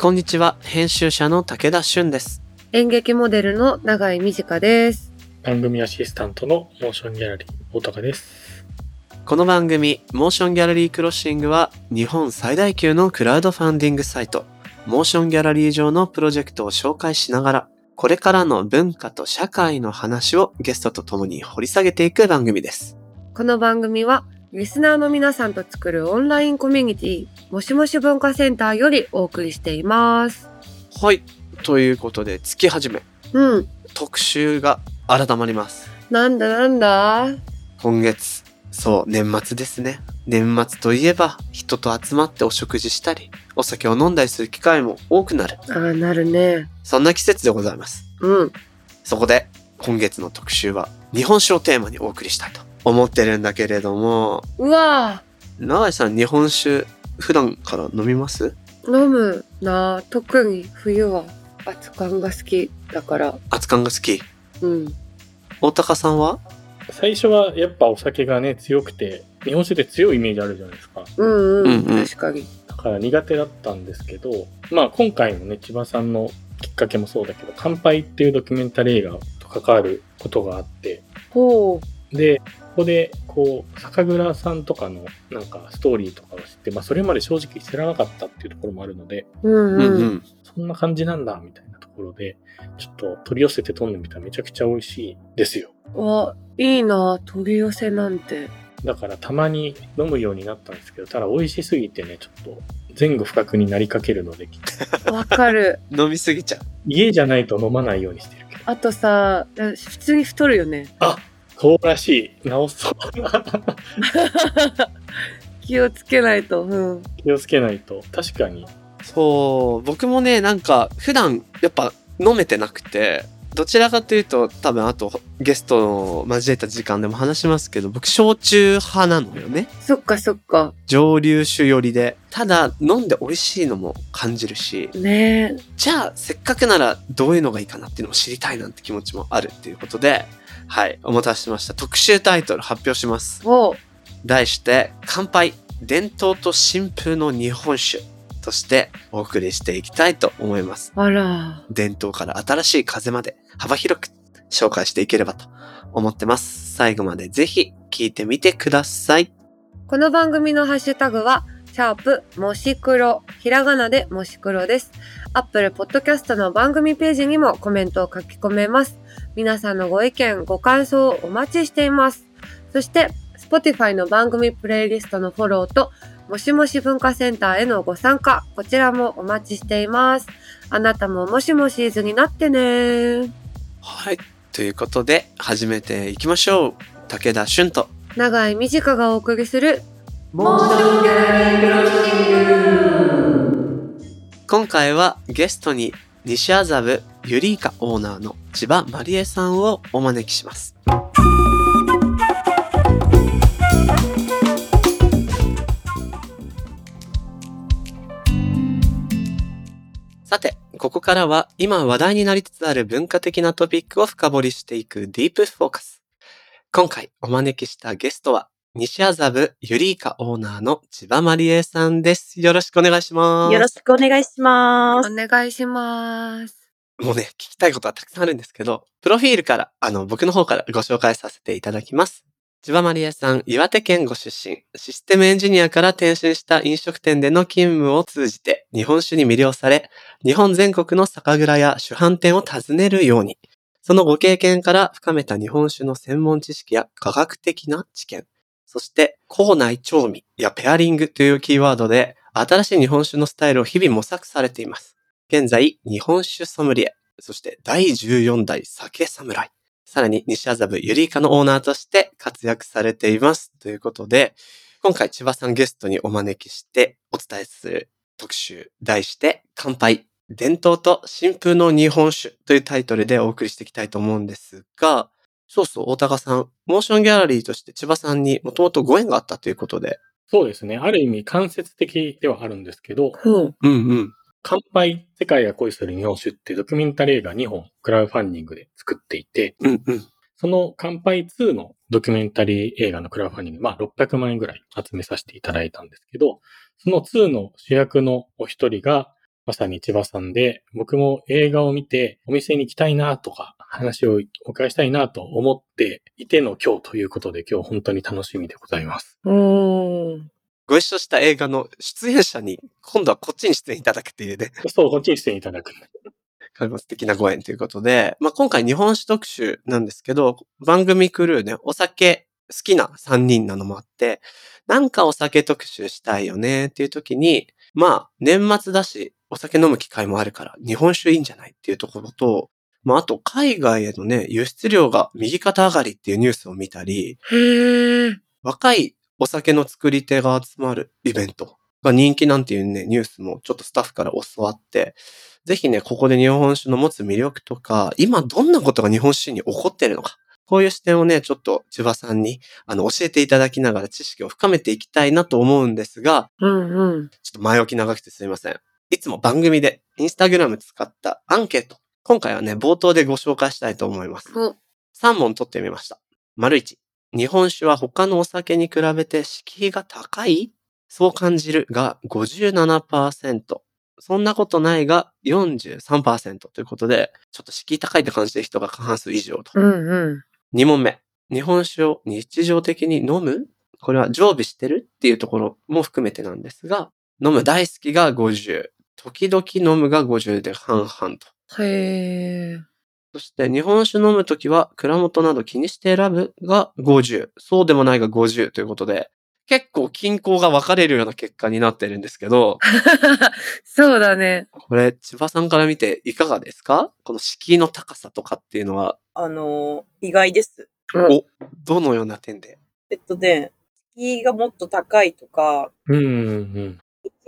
こんにちは、編集者の武田俊です。演劇モデルの永井美智香です。番組アシスタントのモーションギャラリー大高です。この番組、モーションギャラリークロッシングは、日本最大級のクラウドファンディングサイト、モーションギャラリー上のプロジェクトを紹介しながら、これからの文化と社会の話をゲストと共に掘り下げていく番組です。この番組は、リスナーの皆さんと作るオンラインコミュニティ、もしもし文化センターよりお送りしています。はい。ということで、月始め、うん。特集が改まります。なんだなんだ今月、そう、年末ですね。年末といえば、人と集まってお食事したり、お酒を飲んだりする機会も多くなる。ああ、なるね。そんな季節でございます。うん。そこで今月の特集は日本酒をテーマにお送りしたいと思ってるんだけれども、うわ永井さん日本酒普段から飲みますぁ、飲むなぁ。特に冬は熱感が好きだから。熱感が好き。うん。大高さんは最初はやっぱお酒がね強くて日本酒って強いイメージあるじゃないですかうんうん。うんうん確かに。だから苦手だったんですけどまあ今回のね千葉さんのきっかけもそうだけど「乾杯」っていうドキュメンタリー映画と関わることがあってほでここでこう酒蔵さんとかのなんかストーリーとかを知って、まあ、それまで正直知らなかったっていうところもあるのでう。うんうんう。うんん。そんな感じなんだみたいなところでちょっと取り寄せて飲んでみたらめちゃくちゃ美味しいですよ。あ、いいなぁ。取り寄せなんて。だからたまに飲むようになったんですけど、ただ美味しすぎてね、ちょっと前後不覚になりかけるので、わかる。飲みすぎちゃう。家じゃないと飲まないようにしてるけど。あとさ、普通に太るよね。あそうらしい。直そう。 気をつけないと。うん。気をつけないと。確かに。そう、僕もね、なんか普段やっぱ飲めてなくて、どちらかというと多分あとゲストを交えた時間でも話しますけど、僕焼酎派なのよね。そっかそっか。蒸留酒寄りで。ただ飲んで美味しいのも感じるし、ねじゃあせっかくならどういうのがいいかなっていうのを知りたいなんて気持ちもあるっていうことで、はい、お待たせしました。特集タイトル発表しますえ。。お題して、乾杯伝統と新風の日本酒としてお送りしていきたいと思います。あら。伝統から新しい風まで幅広く紹介していければと思ってます。最後までぜひ聞いてみてください。この番組のハッシュタグは、シャープ、もし黒、ひらがなでもし黒です。アップルポッドキャストの番組ページにもコメントを書き込めます。皆さんのご意見、ご感想をお待ちしています。そして、Spotify の番組プレイリストのフォローと、もしもし文化センターへのご参加、こちらもお待ちしています。あなたももしもしーずになってねはい。ということで、始めていきましょう。武田俊と。長井美智香がお送りする今回はゲストに西麻布ユリイカオーナーの千葉まりえさんをお招きします。さて、ここからは今話題になりつつある文化的なトピックを深掘りしていくディープフォーカス。今回お招きしたゲストは西麻布ユリイカオーナーの千葉まりえさんです。よろしくお願いします。よろしくお願いしまおす。願いします。もうね、聞きたいことはたくさんあるんですけど、プロフィールから、あの、僕の方からご紹介させていただきます。千葉まりえさん、岩手県ご出身、システムエンジニアから転身した飲食店での勤務を通じて、日本酒に魅了され、日本全国の酒蔵や主販店を訪ねるように、そのご経験から深めた日本酒の専門知識や科学的な知見、そして、校内調味やペアリングというキーワードで、新しい日本酒のスタイルを日々模索されています。現在、日本酒ソムリエ、そして第14代酒侍、さらに西麻布ゆりいかのオーナーとして活躍されています。ということで、今回千葉さんゲストにお招きしてお伝えする特集、題して、乾杯、伝統と新風の日本酒というタイトルでお送りしていきたいと思うんですが、そうそう、大高さん、モーションギャラリーとして千葉さんにもともとご縁があったということで、そうですね。ある意味間接的ではあるんですけど、ほう。うんうん。乾杯、世界が恋する日本酒っていうドキュメンタリー映画2本、クラウドファンディングで作っていて、うんうん。その乾杯2のドキュメンタリー映画のクラウドファンディング、まあ600万円ぐらい集めさせていただいたんですけど、その2の主役のお一人が、まさに千葉さんで、僕も映画を見て、お店に行きたいなとか、話をお伺いしたいなと思っていての今日ということで、今日本当に楽しみでございます。おー。ご一緒した映画の出演者に、今度はこっちに出演いただくっていうね、 そう、こっちに出演いただく。これも素敵なご縁ということで、まあ、今回日本史特集なんですけど、番組クルーね、お酒好きな3人なのもあって、なんかお酒特集したいよねっていう時に、まあ、年末だし、お酒飲む機会もあるから、日本酒いいんじゃないっていうところと、まあ、あと、海外へのね、輸出量が右肩上がりっていうニュースを見たり、へー。若いお酒の作り手が集まるイベントが人気なんていうね、ニュースもちょっとスタッフから教わって、ぜひね、ここで日本酒の持つ魅力とか、今どんなことが日本酒に起こってるのか、こういう視点をね、ちょっと千葉さんに、あの、教えていただきながら知識を深めていきたいなと思うんですが、うんうん。ちょっと前置き長くてすいません。いつも番組でインスタグラム使ったアンケート。今回はね、冒頭でご紹介したいと思います。お、 3問取ってみました。丸1。日本酒は他のお酒に比べて敷居が高いそう感じるが57%。そんなことないが43%ということで、ちょっと敷居高いって感じてる人が過半数以上と。うんうん。 2問目。日本酒を日常的に飲むこれは常備してるっていうところも含めてなんですが、飲む大好きが50、時々飲むが50で半々と。へー。そして日本酒飲むときは蔵元など気にして選ぶが50、そうでもないが50ということで、結構均衡が分かれるような結果になってるんですけど、 そうだね。これ千葉さんから見ていかがですかこの敷居の高さとかっていうのは、あのー、意外です。お、どのような点でえっとね、敷居がもっと高いとか、うんうん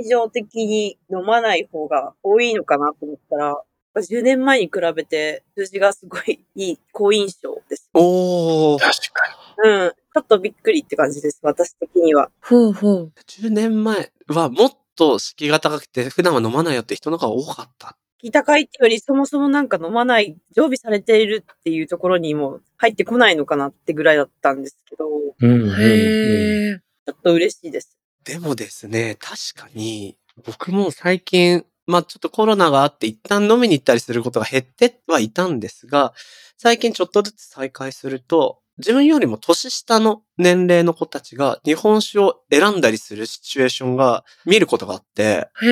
日常的に飲まない方が多いのかなと思ったら、10年前に比べて数字がすごいいい、好印象です。おうん。ー、確かに。うん。ちょっとびっくりって感じです、私的には。ほうほう。 10年前はもっと敷居が高くて普段は飲まないよって人の方が多かった。聞いたかいっていうより、そもそもなんか飲まない、常備されているっていうところにも入ってこないのかなってぐらいだったんですけど、ちうんうんうん。へー。ょっと嬉しいです。でもですね、確かに僕も最近、まあちょっとコロナがあって一旦飲みに行ったりすることが減ってはいたんですが、最近ちょっとずつ再開すると、自分よりも年下の年齢の子たちが日本酒を選んだりするシチュエーションが見ることがあって、へ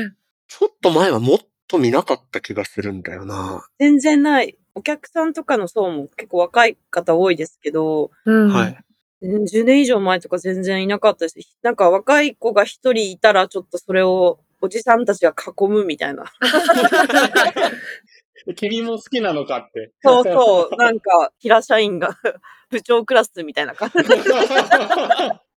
ー。ちょっと前はもっと見なかった気がするんだよな。全然ない。お客さんとかの層も結構若い方多いですけど、うん。はい。。うん10年以上前とか全然いなかったです。なんか若い子が一人いたらちょっとそれをおじさんたちが囲むみた いな。君も好きなのかって。そうそう。なんか平社員が 部長クラスみたいな感じ。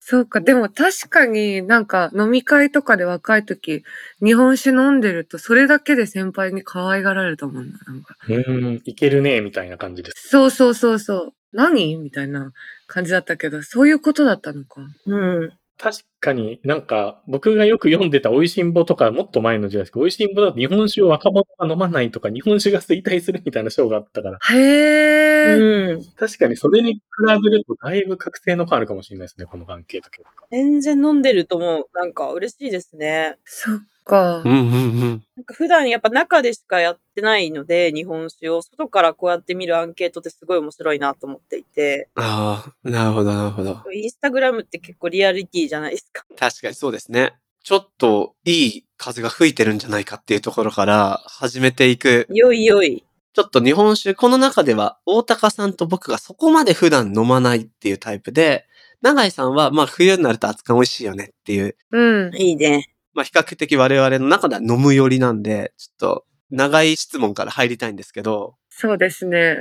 そうか。でも確かになんか飲み会とかで若い時、日本酒飲んでるとそれだけで先輩に可愛がられたもんな。なんか うん、いけるね、みたいな感じです。そうそうそうそう。何みたいな感じだったけど、そういうことだったのか。うん。確かになんか、僕がよく読んでた美味しんぼとか、もっと前の時代ですけど、美味しんぼだと日本酒を若者が飲まないとか、日本酒が衰退するみたいな章があったから、へー。うん。確かにそれに比べると、だいぶ覚醒の感あるかもしれないですね、この関係とか。全然飲んでるともうなんか嬉しいですね。そっかう。んうんうん。なんか普段やっぱ中でしかやってないので、日本酒を外からこうやって見るアンケートってすごい面白いなと思っていて、ああ、なるほどなるほど。インスタグラムって結構リアリティじゃないですか。確かにそうですね。ちょっといい風が吹いてるんじゃないかっていうところから始めていく。よいよい。ちょっと日本酒、この中では大高さんと僕がそこまで普段飲まないっていうタイプで、永井さんはまあ冬になると熱燗美味しいよねっていう、うん。いいね。まあ比較的我々の中では飲む寄りなんで、ちょっと長い質問から入りたいんですけど、そうですね。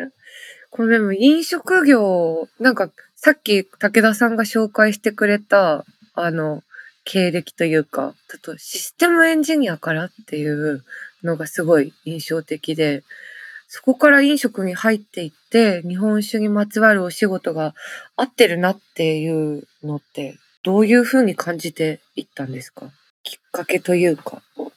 これでも飲食業、なんかさっき武田さんが紹介してくれた、あの、経歴というか、ちょっとシステムエンジニアからっていうのがすごい印象的で、そこから飲食に入っていって、日本酒にまつわるお仕事が合ってるなっていうのって、どういうふうに感じていったんですかきっかけというか。ちょう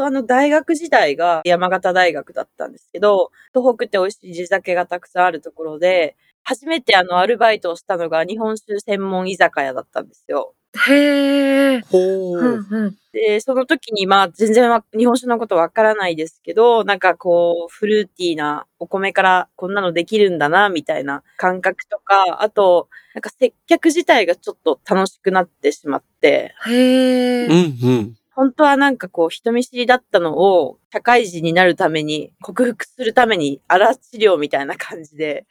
どあの、大学時代が山形大学だったんですけど、東北って美味しい地酒がたくさんあるところで、初めてあの、アルバイトをしたのが日本酒専門居酒屋だったんですよ。へえ。ほうんうん。で、その時に、まあ、全然わ日本酒のことわからないですけど、なんかこう、フルーティーなお米からこんなのできるんだな、みたいな感覚とか、あと、なんか接客自体がちょっと楽しくなってしまって、へうえ。んうん。本当はなんかこう、人見知りだったのを、社会人になるために、克服するために、荒治療みたいな感じで、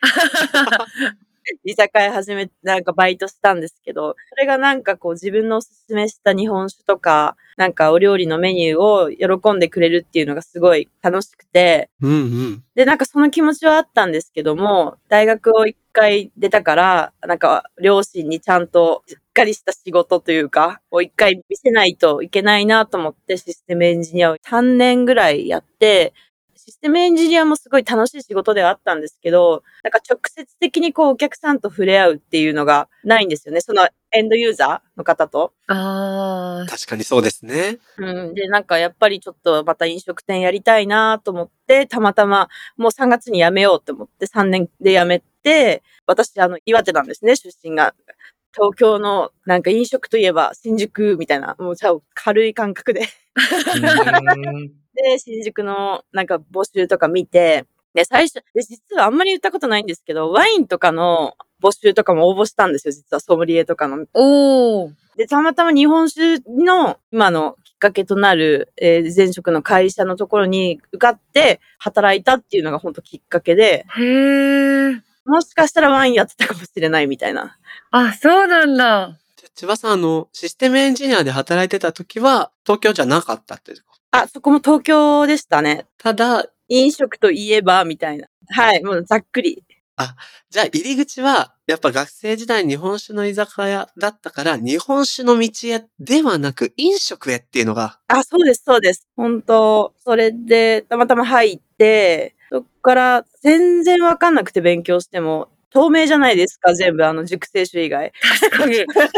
居酒屋始め、なんかバイトしたんですけど、それがなんかこう自分のおすすめした日本酒とか、なんかお料理のメニューを喜んでくれるっていうのがすごい楽しくて、うんうん。で、なんかその気持ちはあったんですけども、大学を一回出たから、なんか両親にちゃんとしっかりした仕事というか、を一回見せないといけないなと思ってシステムエンジニアを3年ぐらいやって、システムエンジニアもすごい楽しい仕事ではあったんですけど、なんか直接的にこうお客さんと触れ合うっていうのがないんですよね。そのエンドユーザーの方と。 ああ。確かにそうですね。うん、で、なんかやっぱりちょっとまた飲食店やりたいなと思って、たまたまもう3月に辞めようと思って3年で辞めて、私あの岩手なんですね、出身が。東京のなんか飲食といえば新宿みたいな、もうちゃう軽い感覚で。で、新宿のなんか募集とか見て、で、最初、で、実はあんまり言ったことないんですけど、ワインとかの募集とかも応募したんですよ、実はソムリエとかのおお。で、たまたま日本酒の今のきっかけとなる、えー前職の会社のところに受かって働いたっていうのが本当きっかけで、へえ。もしかしたらワインやってたかもしれないみたいな。あ、そうなんだ。千葉さん、あの、システムエンジニアで働いてた時は、東京じゃなかったっていうこと。あ、そこも東京でしたね。ただ、飲食といえばみたいな。はい、もうざっくり。じゃあ入り口は、やっぱ学生時代日本酒の居酒屋だったから、日本酒の道へではなく飲食へっていうのが、あ、そうです、そうです。本当それで、たまたま入って、そっから全然わかんなくて勉強しても、透明じゃないですか、全部、あの、熟成酒以外。確かに。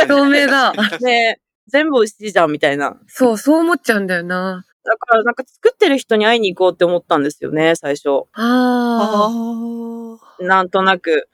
透明だ。で、全部美味しいじゃん、みたいな。そう、そう思っちゃうんだよな。だからなんか作ってる人に会いに行こうって思ったんですよね、最初。ああーなんとなく。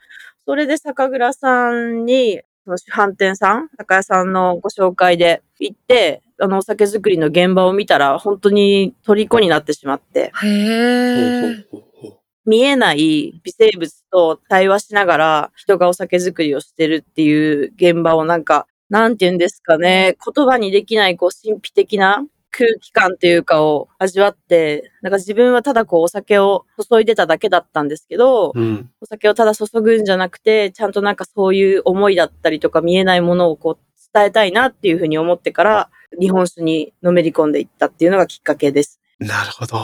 それで酒蔵さんに、その主販店さん、酒屋さんのご紹介で行って、あの、お酒作りの現場を見たら、本当に虜になってしまって、あ。へえ。ほうほうほうほう見えない微生物と対話しながら、人がお酒作りをしてるっていう現場をなんか、なんて言うんですかね、言葉にできない、こう、神秘的な空気感というかを味わって、なんか自分はただこうお酒を注いでただけだったんですけど、うん。お酒をただ注ぐんじゃなくて、ちゃんとなんかそういう思いだったりとか見えないものをこう伝えたいなっていうふうに思ってから、日本酒にのめり込んでいったっていうのがきっかけです。なるほど。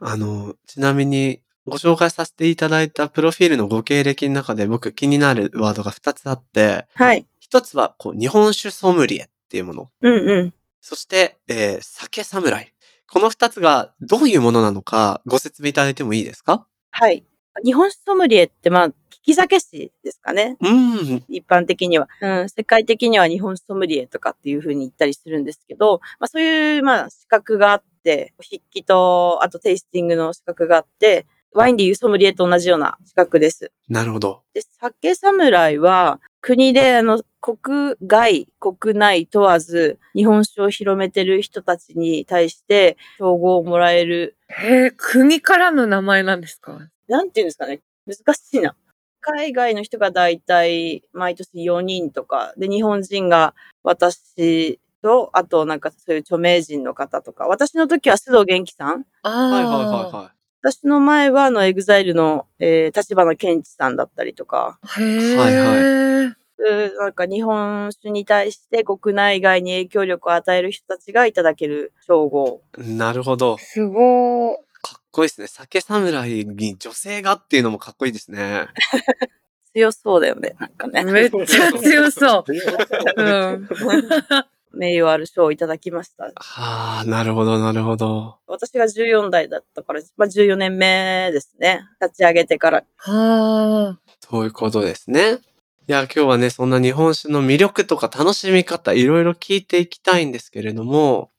あの、ちなみに、ご紹介させていただいたプロフィールのご経歴の中で僕気になるワードが2つあって、はい。 1つはこう日本酒ソムリエっていうもの。うんうん。そして、えー酒侍。この2つがどういうものなのかご説明いただいてもいいですかはい。日本酒ソムリエって、まあ、聞き酒師ですかね。うん。一般的には、うん、世界的には日本酒ソムリエとかっていうふうに言ったりするんですけど、まあそういう、まあ資格があって、筆記と、あとテイスティングの資格があって、ワインでいうソムリエと同じような資格です。なるほど。で、酒侍は、国で、あの、国外、国内問わず、日本酒を広めてる人たちに対して、称号をもらえる、へえ、国からの名前なんですかなんていうんですかね、難しいな。海外の人がだいたい毎年4人とか、で、日本人が私と、あとなんかそういう著名人の方とか、私の時は須藤元気さん、ああ。はいはいはいはい。私の前はあのエグザイルの、えー、立花健一さんだったりとか、へえ。はいはい。うんなんか日本酒に対して国内外に影響力を与える人たちがいただける称号。なるほど。すごー。かっこいいですね。酒侍に女性がっていうのもかっこいいですね。強そうだよね、なんかね。めっちゃ強そう。うん。 名誉ある賞をいただきました。はあ、なるほど、なるほど。私が14代だったから、まあ、14年目ですね。立ち上げてから。はあ。そういうことですね。いや、今日はね、そんな日本酒の魅力とか楽しみ方、いろいろ聞いていきたいんですけれども、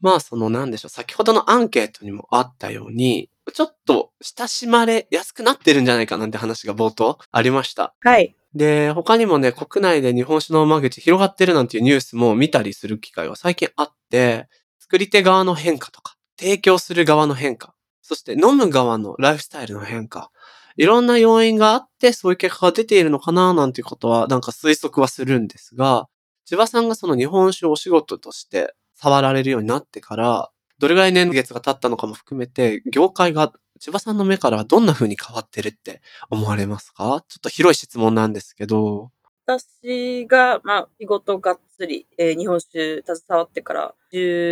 まあ、その、なんでしょう、先ほどのアンケートにもあったように、ちょっと親しまれやすくなってるんじゃないかなんて話が冒頭ありました。はい。で、他にもね、国内で日本酒の間口広がってるなんていうニュースも見たりする機会が最近あって、作り手側の変化とか、提供する側の変化、そして飲む側のライフスタイルの変化、いろんな要因があってそういう結果が出ているのかななんていうことはなんか推測はするんですが、千葉さんがその日本酒をお仕事として触られるようになってから、どれぐらい年月が経ったのかも含めて、業界が千葉さんの目からはどんな風に変わってるって思われますかちょっと広い質問なんですけど。私が、まあ、仕事がっつり、えー日本酒携わってから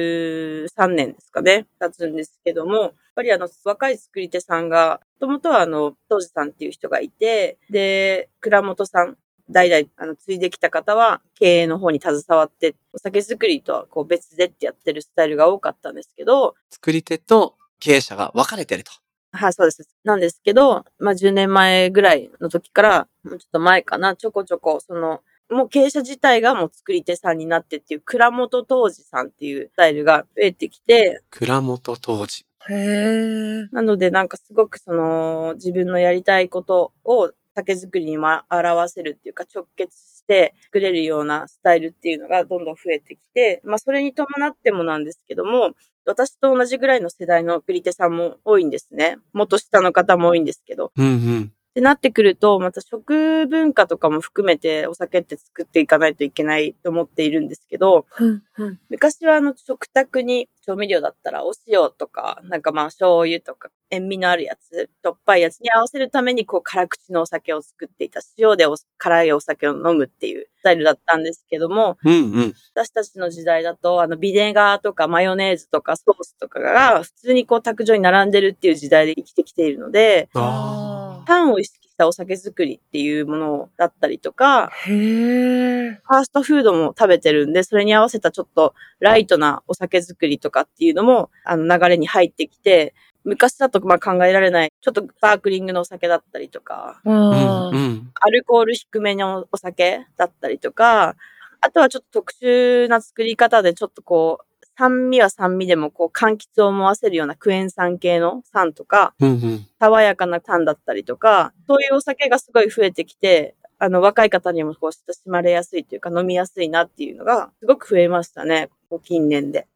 13年ですかね、経つんですけども、やっぱりあの、若い作り手さんが、もともとはあの、当時さんっていう人がいて、で、倉本さん、代々、あの、継いできた方は、経営の方に携わって、お酒作りとはこう別でってやってるスタイルが多かったんですけど、作り手と経営者が分かれてると。はい、そうです。なんですけど、まあ、10年前ぐらいの時から、もうちょっと前かな、ちょこちょこ、その、もう経営者自体がもう作り手さんになってっていう、倉本当時さんっていうスタイルが増えてきて、倉本当時。へえ。なのでなんかすごくその、自分のやりたいことを酒作りにま表せるっていうか直結して作れるようなスタイルっていうのがどんどん増えてきて、まあそれに伴ってもなんですけども、私と同じぐらいの世代の作り手さんも多いんですね。元下の方も多いんですけど。うんうん。ってなってくると、また食文化とかも含めてお酒って作っていかないといけないと思っているんですけど、うんうん昔はあの食卓に調味料だったらお塩とか、なんかまあ醤油とか塩味のあるやつ、しょっぱいやつに合わせるためにこう辛口のお酒を作っていた、塩でお辛いお酒を飲むっていうスタイルだったんですけども、うんうん。私たちの時代だと、あの、ビネガーとかマヨネーズとかソースとかが普通にこう卓上に並んでるっていう時代で生きてきているので、あパンを意識したお酒作りっていうものだったりとか、へえ。ファーストフードも食べてるんで、それに合わせたちょっとライトなお酒作りとかっていうのも、あの流れに入ってきて、昔だとまあ考えられない、ちょっとスパークリングのお酒だったりとか、あ。うああんうん。アルコール低めのお酒だったりとか、あとはちょっと特殊な作り方でちょっとこう、酸味は酸味でもこう柑橘を思わせるようなクエン酸系の酸とか、うんうん。爽やかな缶だったりとか、そういうお酒がすごい増えてきて、あの、若い方にもこう、親しまれやすいというか、飲みやすいなっていうのが、すごく増えましたね、ここ近年で。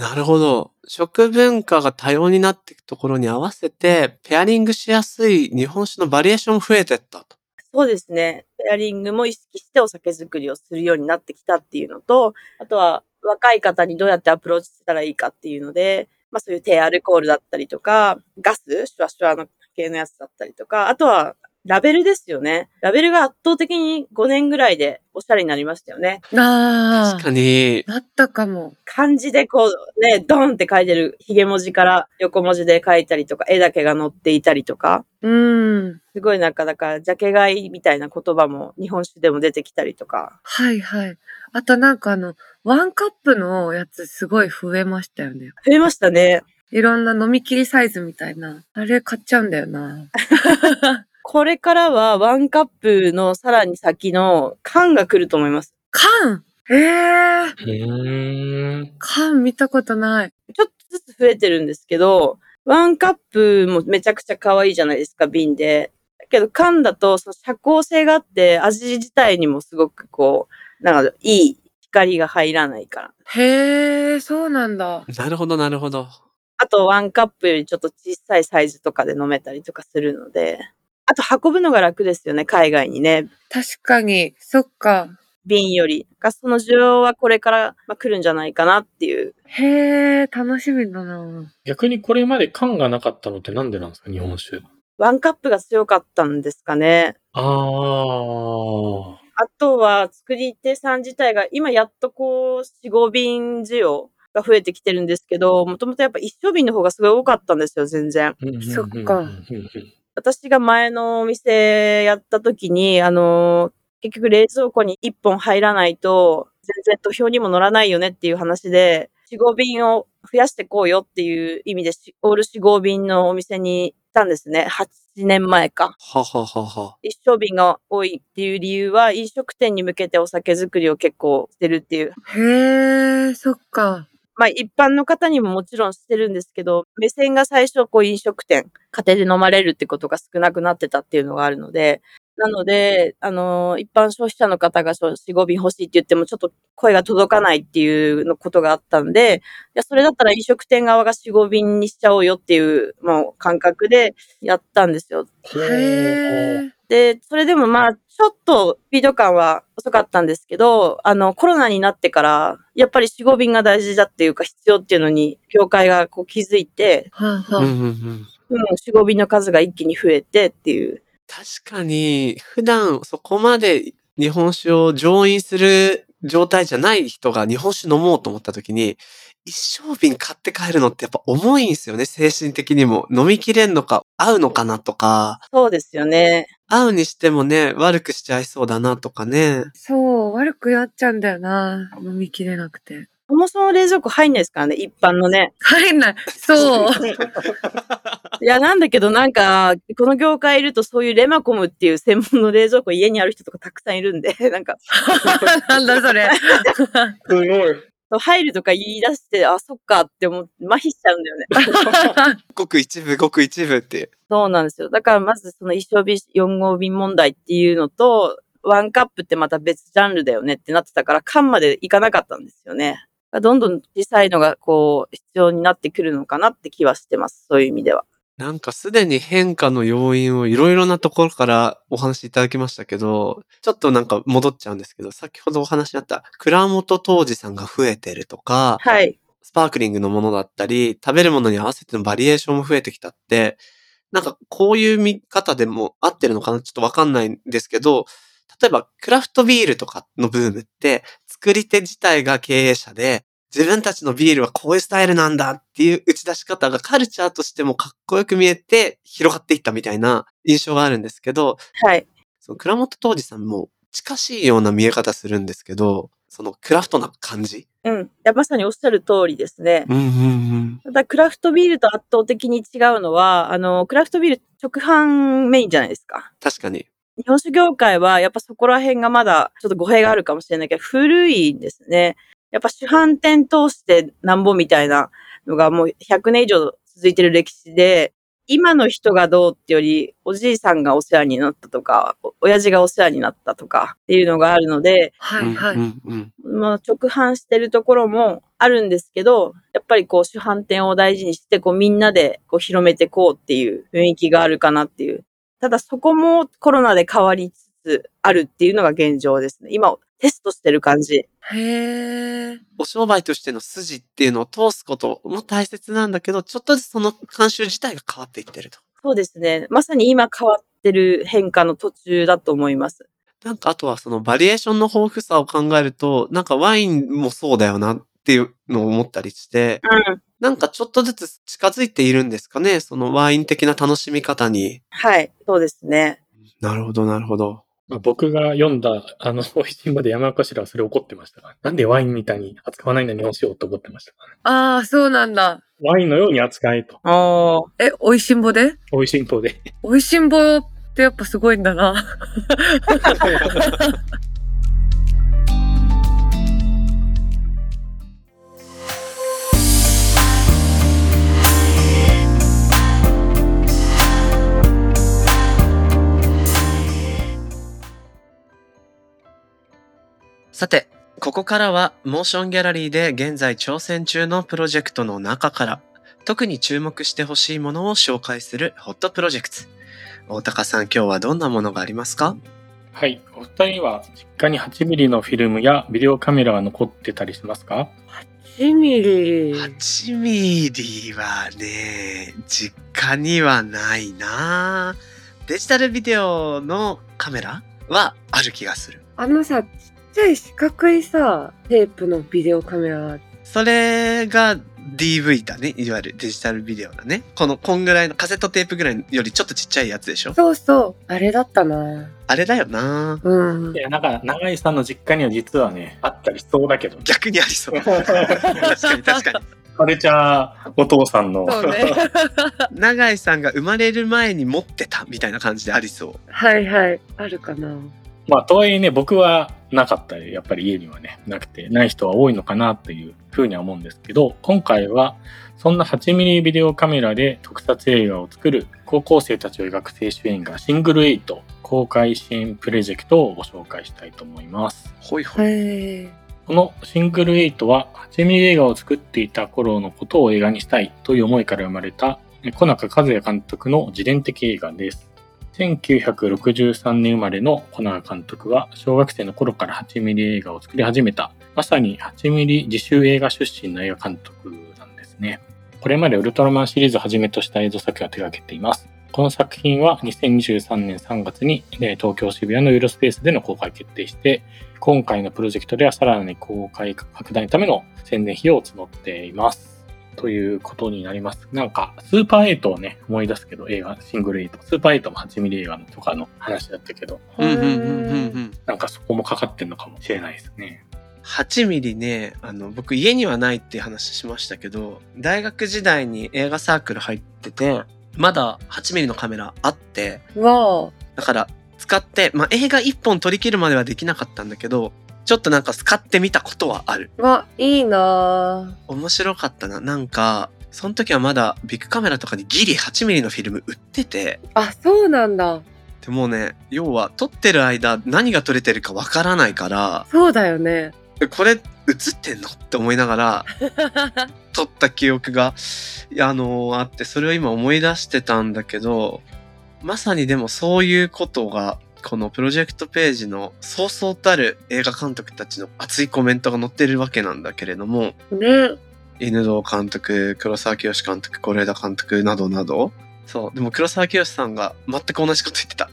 なるほど。食文化が多様になっていくところに合わせて、ペアリングしやすい日本酒のバリエーションも増えてったと。そうですね。ペアリングも意識してお酒作りをするようになってきたっていうのと、あとは、若い方にどうやってアプローチしたらいいかっていうので、まあそういう低アルコールだったりとか、ガス、シュワシュワの系のやつだったりとか、あとは、ラベルですよね。ラベルが圧倒的に5年ぐらいでおしゃれになりましたよね。なあ確かに。なったかも。漢字でこうね、ドンって書いてる、ひげ文字から横文字で書いたりとか、絵だけが載っていたりとか、うん。すごいなんか、だから、ジャケ買いみたいな言葉も日本酒でも出てきたりとか、はいはい。あとなんかあの、ワンカップのやつすごい増えましたよね。増えましたね。いろんな飲み切りサイズみたいな。あれ買っちゃうんだよな。これからはワンカップのさらに先の缶が来ると思います。缶ええー、うーん。缶見たことない。ちょっとずつ増えてるんですけど、ワンカップもめちゃくちゃ可愛いじゃないですか、瓶で。だけど缶だと、その遮光性があって、味自体にもすごくこう、なんかいい光が入らないから。へえ、そうなんだ。なるほど、なるほど。あとワンカップよりちょっと小さいサイズとかで飲めたりとかするので。あと運ぶのが楽ですよね、海外にね。確かに、そっか。瓶より。がその需要はこれからまあ来るんじゃないかなっていう。へえ、楽しみだな。逆にこれまで缶がなかったのってなんでなんですか日本酒。ワンカップが強かったんですかね。ああ。あとは作り手さん自体が今やっとこう、4、5瓶需要が増えてきてるんですけど、もともとやっぱ一升瓶の方がすごい多かったんですよ、全然。そっかうんうんうん私が前のお店やった時に、あの、結局冷蔵庫に1本入らないと、全然土俵にも乗らないよねっていう話で、4、5瓶を増やしてこうよっていう意味で、しオール4、5瓶のお店に行ったんですね。8年前か。はははは。一升瓶が多いっていう理由は、飲食店に向けてお酒作りを結構してるっていうへえ、そっか。まあ一般の方にももちろんしてるんですけど、目線が最初こう飲食店、家庭で飲まれるってことが少なくなってたっていうのがあるので、なので、あの、一般消費者の方がそう4、5瓶欲しいって言ってもちょっと声が届かないっていうのことがあったんで、いや、それだったら飲食店側が4、5瓶にしちゃおうよっていう、もう感覚でやったんですよ。へーー。で、それでもまあ、ちょっとスピード感は遅かったんですけど、あの、コロナになってから、やっぱり4、5便が大事だっていうか必要っていうのに、業界がこう気づいて、はあうんはうんうんうん、4、5便の数が一気に増えてっていう。確かに、普段そこまで日本酒を上飲する状態じゃない人が日本酒飲もうと思った時に、一升瓶買って帰るのってやっぱ重いんですよね、精神的にも。飲みきれんのか、合うのかなとか、そうですよね。合うにしてもね、悪くしちゃいそうだなとかね。そう、悪くなっちゃうんだよな。飲みきれなくて。そもそも冷蔵庫入んないですからね、一般のね。入んない。そう。いや、なんだけどなんか、この業界いるとそういうレマコムっていう専門の冷蔵庫家にある人とかたくさんいるんで、なんか、 なん だそれ。すごい。そう入るとか言い出して、あ、そっかって思って、麻痺しちゃうんだよね。ごく一部、ごく一部っていう。そうなんですよ。だからまずその一生瓶、四合瓶問題っていうのと、ワンカップってまた別ジャンルだよねってなってたから、缶までいかなかったんですよね。どんどん小さいのがこう、必要になってくるのかなって気はしてます。そういう意味では。なんかすでに変化の要因をいろいろなところからお話しいただきましたけど、ちょっとなんか戻っちゃうんですけど、先ほどお話にあった蔵元当時さんが増えてるとか、はい。スパークリングのものだったり、食べるものに合わせてのバリエーションも増えてきたって、なんかこういう見方でも合ってるのかなちょっとわかんないんですけど、例えばクラフトビールとかのブームって、作り手自体が経営者で、自分たちのビールはこういうスタイルなんだっていう打ち出し方がカルチャーとしてもかっこよく見えて広がっていったみたいな印象があるんですけど、はい。その倉本当時さんも近しいような見え方するんですけど、そのクラフトな感じ。うん。いや、まさにおっしゃる通りですね。うんうんうん。ただ、クラフトビールと圧倒的に違うのは、あの、クラフトビール直販メインじゃないですか。確かに。日本酒業界はやっぱそこら辺がまだちょっと語弊があるかもしれないけど、古いんですね。やっぱ主販店通してなんぼみたいなのがもう100年以上続いてる歴史で、今の人がどうってより、おじいさんがお世話になったとか、お親父がお世話になったとかっていうのがあるので、はいはうんうい。んうんまあ、直販してるところもあるんですけど、やっぱりこう主販店を大事にして、こうみんなでこう広めてこうっていう雰囲気があるかなっていう。ただそこもコロナで変わりつつあるっていうのが現状ですね。今テストしてる感じ。へえ。お商売としての筋っていうのを通すことも大切なんだけど、ちょっとずつその慣習自体が変わっていってると。そうですね。まさに今変わってる変化の途中だと思います。なんかあとはそのバリエーションの豊富さを考えると、なんかワインもそうだよなっていうのを思ったりして、うん。なんかちょっとずつ近づいているんですかね、そのワイン的な楽しみ方に。はい。そうですね。なるほど、なるほど。まあ僕が読んだ、あの、美 味しいまで山頭はそれ怒ってましたから。なんでワインみたいに扱わないんだ日本酒をって怒ってましたからね。ああ、そうなんだ。ワインのように扱えと。おー。え、美味しんぼで美味しい方 で。美味しんぼってやっぱすごいんだな。さて、ここからはモーションギャラリーで現在挑戦中のプロジェクトの中から、特に注目してほしいものを紹介するホットプロジェクト。大高さん、今日はどんなものがありますかはい。お二人は実家に8ミリのフィルムやビデオカメラは残ってたりしますか1ミリ。 8ミリはね、実家にはないなデジタルビデオのカメラはある気がする。あのさ、ちっちゃい四角いさ、テープのビデオカメラ。それが DV だね。いわゆるデジタルビデオだね。この、こんぐらいのカセットテープぐらいよりちょっとちっちゃいやつでしょそうそう。あれだったな。あれだよなうんい。や、なんか、長井さんの実家には実はね、あったりしそうだけど。逆にありそう。確かに確かに。カルチャーお父さんの。そうね。 永井さんが生まれる前に持ってたみたいな感じでありそう。はいはい。あるかな。まあ、とはいえね、僕はなかったり、やっぱり家にはね、なくて、ない人は多いのかなっていうふうには思うんですけど、今回は、そんな8ミリビデオカメラで特撮映画を作る高校生たちを描く青春映画シングルエイト公開支援プロジェクトをご紹介したいと思います。ほいほい。へえ。このシングルエイトは8ミリ映画を作っていた頃のことを映画にしたいという思いから生まれた小中和也監督の自伝的映画です。1963年生まれの小中監督は小学生の頃から8ミリ映画を作り始めた、まさに8ミリ自主映画出身の映画監督なんですね。これまでウルトラマンシリーズをはじめとした映像作品を手掛けています。この作品は2023年3月にえー東京渋谷のユーロスペースでの公開決定して、今回のプロジェクトではさらに公開拡大のための宣伝費用を募っています。ということになります。なんか、スーパーエイトをね、思い出すけど、映画、シングルエイト。スーパーエイトも8ミリ映画のとかの話だったけど、うんうんうんうんうん。なんかそこもかかってんのかもしれないですね。 8ミリね、あの、僕家にはないっていう話しましたけど、大学時代に映画サークル入ってて、まだ8ミリのカメラあって、わあ。だから使って、まあ、映画1本撮り切るまではできなかったんだけど、ちょっとなんか使ってみたことはある。わ、いいな面白かったな。なんか、その時はまだビッグカメラとかにギリ8ミリのフィルム売ってて、あ。あ、そうなんだ。でもうね、要は撮ってる間何が撮れてるかわからないから、そうだ よね。えこれ映ってんのって思いながら撮った記憶が、いやあのーあって、それを今思い出してたんだけど、まさにでもそういうことが、このプロジェクトページのそうそうたる映画監督たちの熱いコメントが載ってるわけなんだけれども、ね。犬堂監督、黒沢清監督、是枝監督などなど。そう。でも黒沢清さんが全く同じこと言ってた。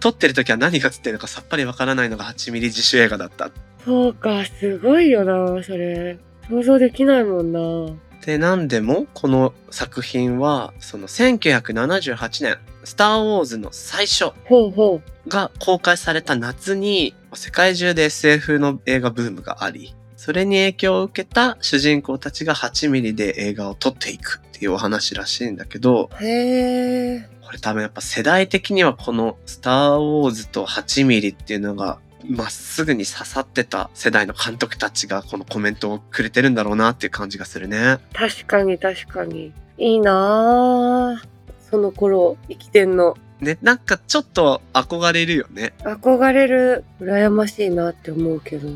撮ってる時は何が映ってるのかさっぱりわからないのが8ミリ自主映画だった。そうか、すごいよなそれ。想像できないもんなで、なんでも、この作品は、その1978年、スターウォーズの最初ほうほう。が公開された夏に、世界中で SF の映画ブームがあり、それに影響を受けた主人公たちが8ミリで映画を撮っていくっていうお話らしいんだけど、へえ。これ多分やっぱ世代的にはこの「スター・ウォーズ」と8ミリっていうのがまっすぐに刺さってた世代の監督たちがこのコメントをくれてるんだろうなっていう感じがするね。確かに確かに。いいなその頃、生きてんの。ね、なんかちょっと憧れるよね。憧れる、羨ましいなって思うけど。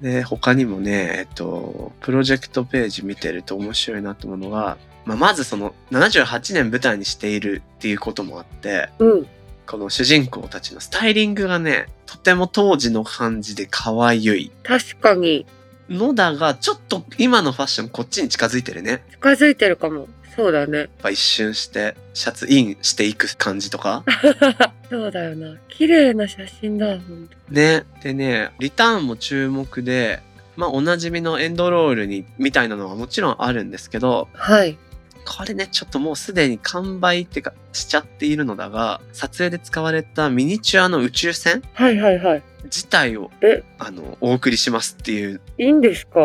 で、他にもね、えっと、プロジェクトページ見てると面白いなと思うのが、まあ、まずその78年舞台にしているっていうこともあって、うん。この主人公たちのスタイリングがね、とても当時の感じで可愛い。確かに、のだが、ちょっと今のファッションこっちに近づいてるね。や近づいてるかも。そうだね。 っぱ一瞬して、シャツインしていく感じとか。そうだよな。綺麗な写真だ、ほんと。ね。でね、リターンも注目で、まあおなじみのエンドロールに、みたいなのはもちろんあるんですけど、はい。これね、ちょっともうすでに完売ってか、しちゃっているのだが、撮影で使われたミニチュアの宇宙船はいはいはい。自体をえ、あの、お送りしますっていう、 いいんですか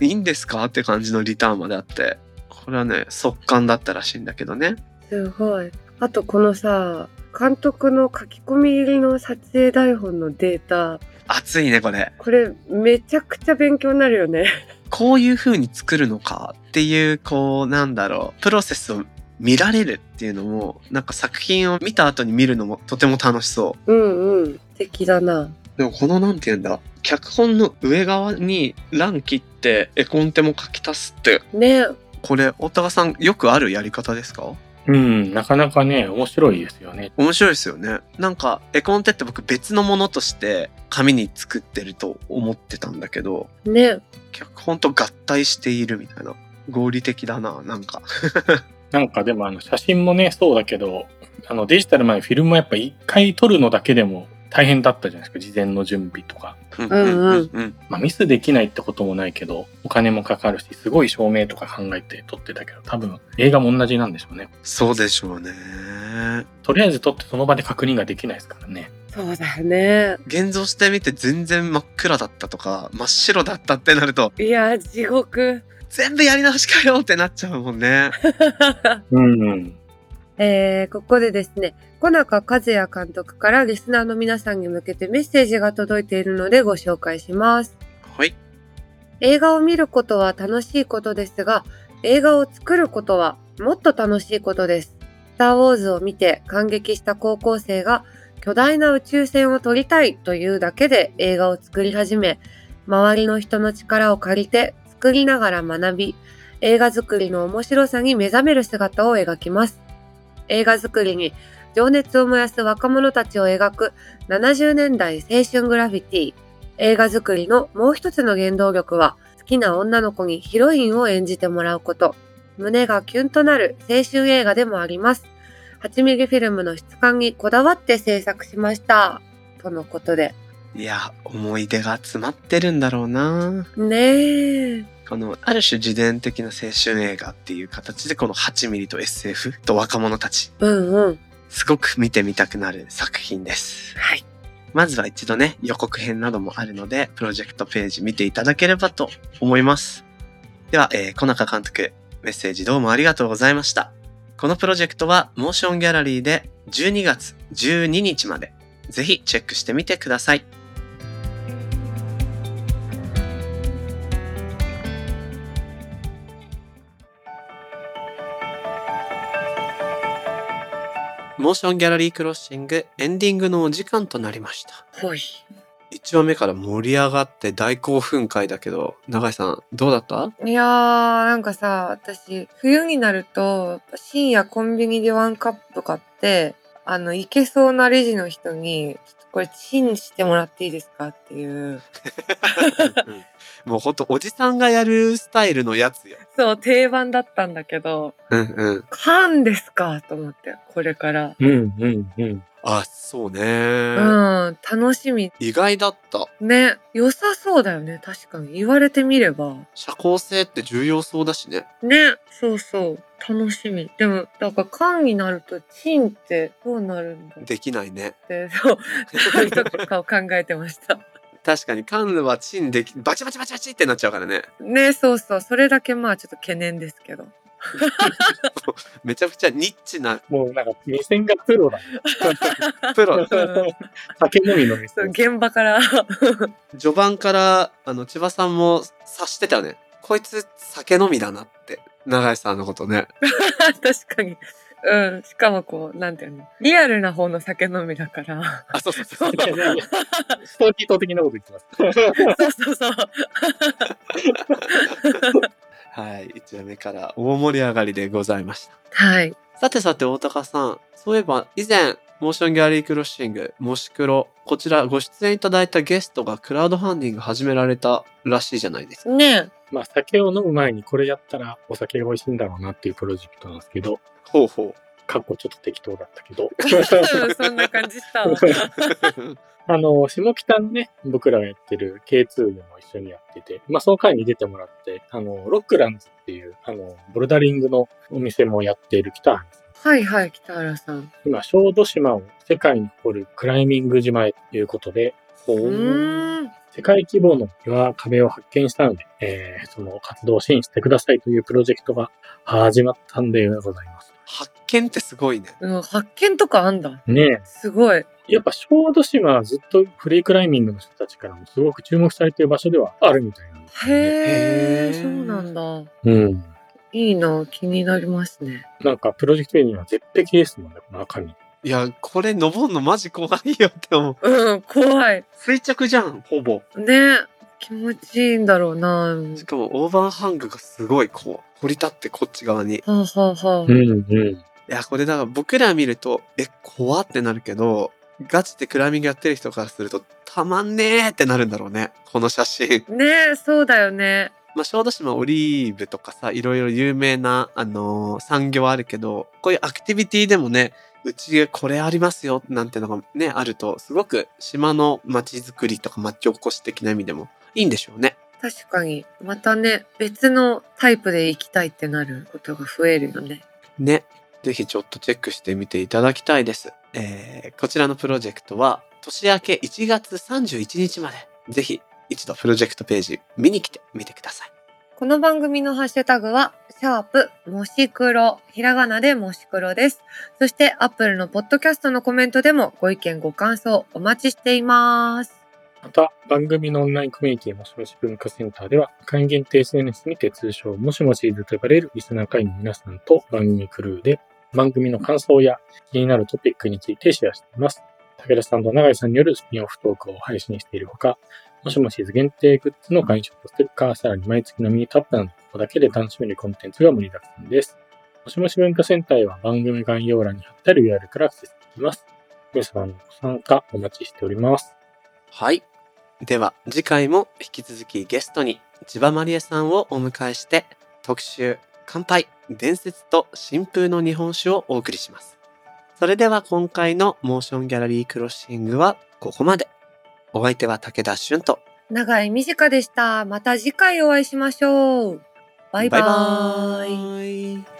いいんですかって感じのリターンまであって、これはね、速乾だったらしいんだけどね。すごい。あとこのさ、監督の書き込み入りの撮影台本のデータ、熱いね、これ。これめちゃくちゃ勉強になるよね。 こういう風に作るのかっていう、こう、なんだろう、プロセスを見られるっていうのも、なんか作品を見た後に見るのもとても楽しそうんうん。素敵だな。う。でもこの、なんて言うんだ、脚本の上側に欄切って絵コンテも書き足すって、ね。これ、大高さんよくあるやり方ですかうん、なかなかね、面白いですよね。面白いですよね。なんか、絵コンテって僕別のものとして紙に作ってると思ってたんだけど、ね。脚本と合体しているみたいな。合理的だな、なんか。なんかでもあの写真もね、そうだけど、あのデジタルまでフィルムはやっぱ一回撮るのだけでも大変だったじゃないですか、事前の準備とか。うんうんうんうん。まあミスできないってこともないけど、お金もかかるし、すごい照明とか考えて撮ってたけど、多分映画も同じなんでしょうね。そうでしょうね。とりあえず撮ってその場で確認ができないですからね。そうだよね。現像してみて全然真っ暗だったとか、真っ白だったってなると、いや、地獄。全部やり直しかよってなっちゃうもんね。うん。えーここでですね、小中和也監督からリスナーの皆さんに向けてメッセージが届いているのでご紹介します。 はい。映画を見ることは楽しいことですが、映画を作ることはもっと楽しいことです。スター・ウォーズを見て感激した高校生が巨大な宇宙船を撮りたいというだけで映画を作り始め、周りの人の力を借りて作りながら学び、映画作りの面白さに目覚める姿を描きます。映画作りに情熱を燃やす若者たちを描く70年代青春グラフィティ。映画作りのもう一つの原動力は、好きな女の子にヒロインを演じてもらうこと。胸がキュンとなる青春映画でもあります。8ミリフィルムの質感にこだわって制作しました。とのことで。いや、思い出が詰まってるんだろうな。ねえ。この、ある種自伝的な青春映画っていう形で、この8ミリと SF と若者たち、うんうん。すごく見てみたくなる作品です。はい。まずは一度ね、予告編などもあるので、プロジェクトページ見ていただければと思います。では、えー、小中監督、メッセージどうもありがとうございました。このプロジェクトは、モーションギャラリーで12月12日まで、ぜひチェックしてみてください。モーションギャラリークロッシングエンディングのお時間となりました。ほい。 1話目から盛り上がって大興奮会だけど、永井さんどうだったいやー、なんかさ、私、冬になると、やっぱ深夜コンビニでワンカップ買って、あの、行けそうなレジの人に、ちょっとこれチンしてもらっていいですかっていう。もうほんとおじさんがやるスタイルのやつよ。そう、定番だったんだけど、うんうん。缶ですかと思って、これから。うんうんうん。あ、そうね、うん、楽しみ。意外だった。ね、良さそうだよね、確かに。言われてみれば。社交性って重要そうだしね。ね、そうそう。楽しみ。でも、なんか缶になるとチンってどうなるんだできないね。って、そう、そういうとかを考えてました。確かにカンヌはチンでき、バチバチバチバチってなっちゃうからね。ね、そうそう、それだけまあちょっと懸念ですけど。めちゃくちゃニッチなもうなんか、目線がプ ロだ。プロ。酒飲みの目そう、線。現場から。 序盤から、あの、千葉さんも察してたよね。こいつ酒飲みだなって。永井さんのことね。確かに。うん、しかもこう、なんていうの、リアルな方の酒飲みだから。あ、そうそうそういやいやストーリート的なこと言ってます。そうそうそう。はい。1話目から大盛り上がりでございました。はい。さてさて、大高さん。そういえば、以前、モーションギャラリークロッシング、もしクロ、こちらご出演いただいたゲストがクラウドファンディング始められたらしいじゃないですか。ねまあ、酒を飲む前にこれやったらお酒が美味しいんだろうなっていうプロジェクトなんですけど、ほうほかっこちょっと適当だったけど。 うんそんな感じしたわ。う。あの、下北のね、僕らがやってる K2 でも一緒にやってて、まあ、その回に出てもらって、あの、ロックランズっていう、あの、ボルダリングのお店もやっている北原さん。はいはい、北原さん。今、小豆島を世界に誇るクライミング島へということで、こううーん。世界規模の岩壁を発見したので、えーその活動を支援してくださいというプロジェクトが始まったんでございます。 発見ってすごいね。うん、発見とかあんだ。ねえ、すごい。やっぱ小豆島はずっとフリークライミングの人たちからもすごく注目されている場所ではあるみたいなんですよね。へへえ、ーそうなんだ。うん。いいな、気になりますね。なんかプロジェクト名には絶壁ですもんね、この赤に。いや、これ登んのマジ怖いよって思う。うん、怖い。垂直じゃん、ほぼ。ね気持ちいいんだろうな。うんしかも、オーバーハングがすごい、こう、掘り立ってこっち側に。はあ、はあはあう、んうん。いや、これだから僕ら見ると、え、怖ってなるけど、ガチでクライミングやってる人からすると、たまんねーってなるんだろうね。この写真。ねそうだよね。まあ、小豆島オリーブとかさ、いろいろ有名な、あのー産業あるけど、こういうアクティビティでもね、うちこれありますよ、なんてのがね、あると、すごく島の街づくりとか町おこし的な意味でもいいんでしょうね。確かに。またね、別のタイプで行きたいってなることが増えるよね。ね。ぜひちょっとチェックしてみていただきたいです。えーこちらのプロジェクトは、年明け1月31日まで、ぜひ一度プロジェクトページ見に来てみてください。この番組のハッシュタグは、シャープ、もし黒、ひらがなでもし黒です。そして、アップルのポッドキャストのコメントでもご意見、ご感想お待ちしています。また、番組のオンラインコミュニティもしもし文化センターでは、会員限定 SNS にて通称もしもしずと呼ばれるリスナー会員の皆さんと番組クルーで、番組の感想や気になるトピックについてシェアしています。武田さんと永井さんによるスピンオフトークを配信しているほか、もしもしず限定グッズの会員ショップステッカー、さらに毎月のミートアップなど、ここだけで楽しめるコンテンツが盛りだくさんです。もしもし文化センターへは番組概要欄に貼ってある URL からアクセスできます。皆様のご参加お待ちしております。はい。では、次回も引き続きゲストに千葉まりえさんをお迎えして、特集、乾杯、伝説と新風の日本酒をお送りします。それでは今回のモーションギャラリークロッシングはここまで。お相手は武田俊と。長井美智香でした。また次回お会いしましょう。バイババイバーイイ。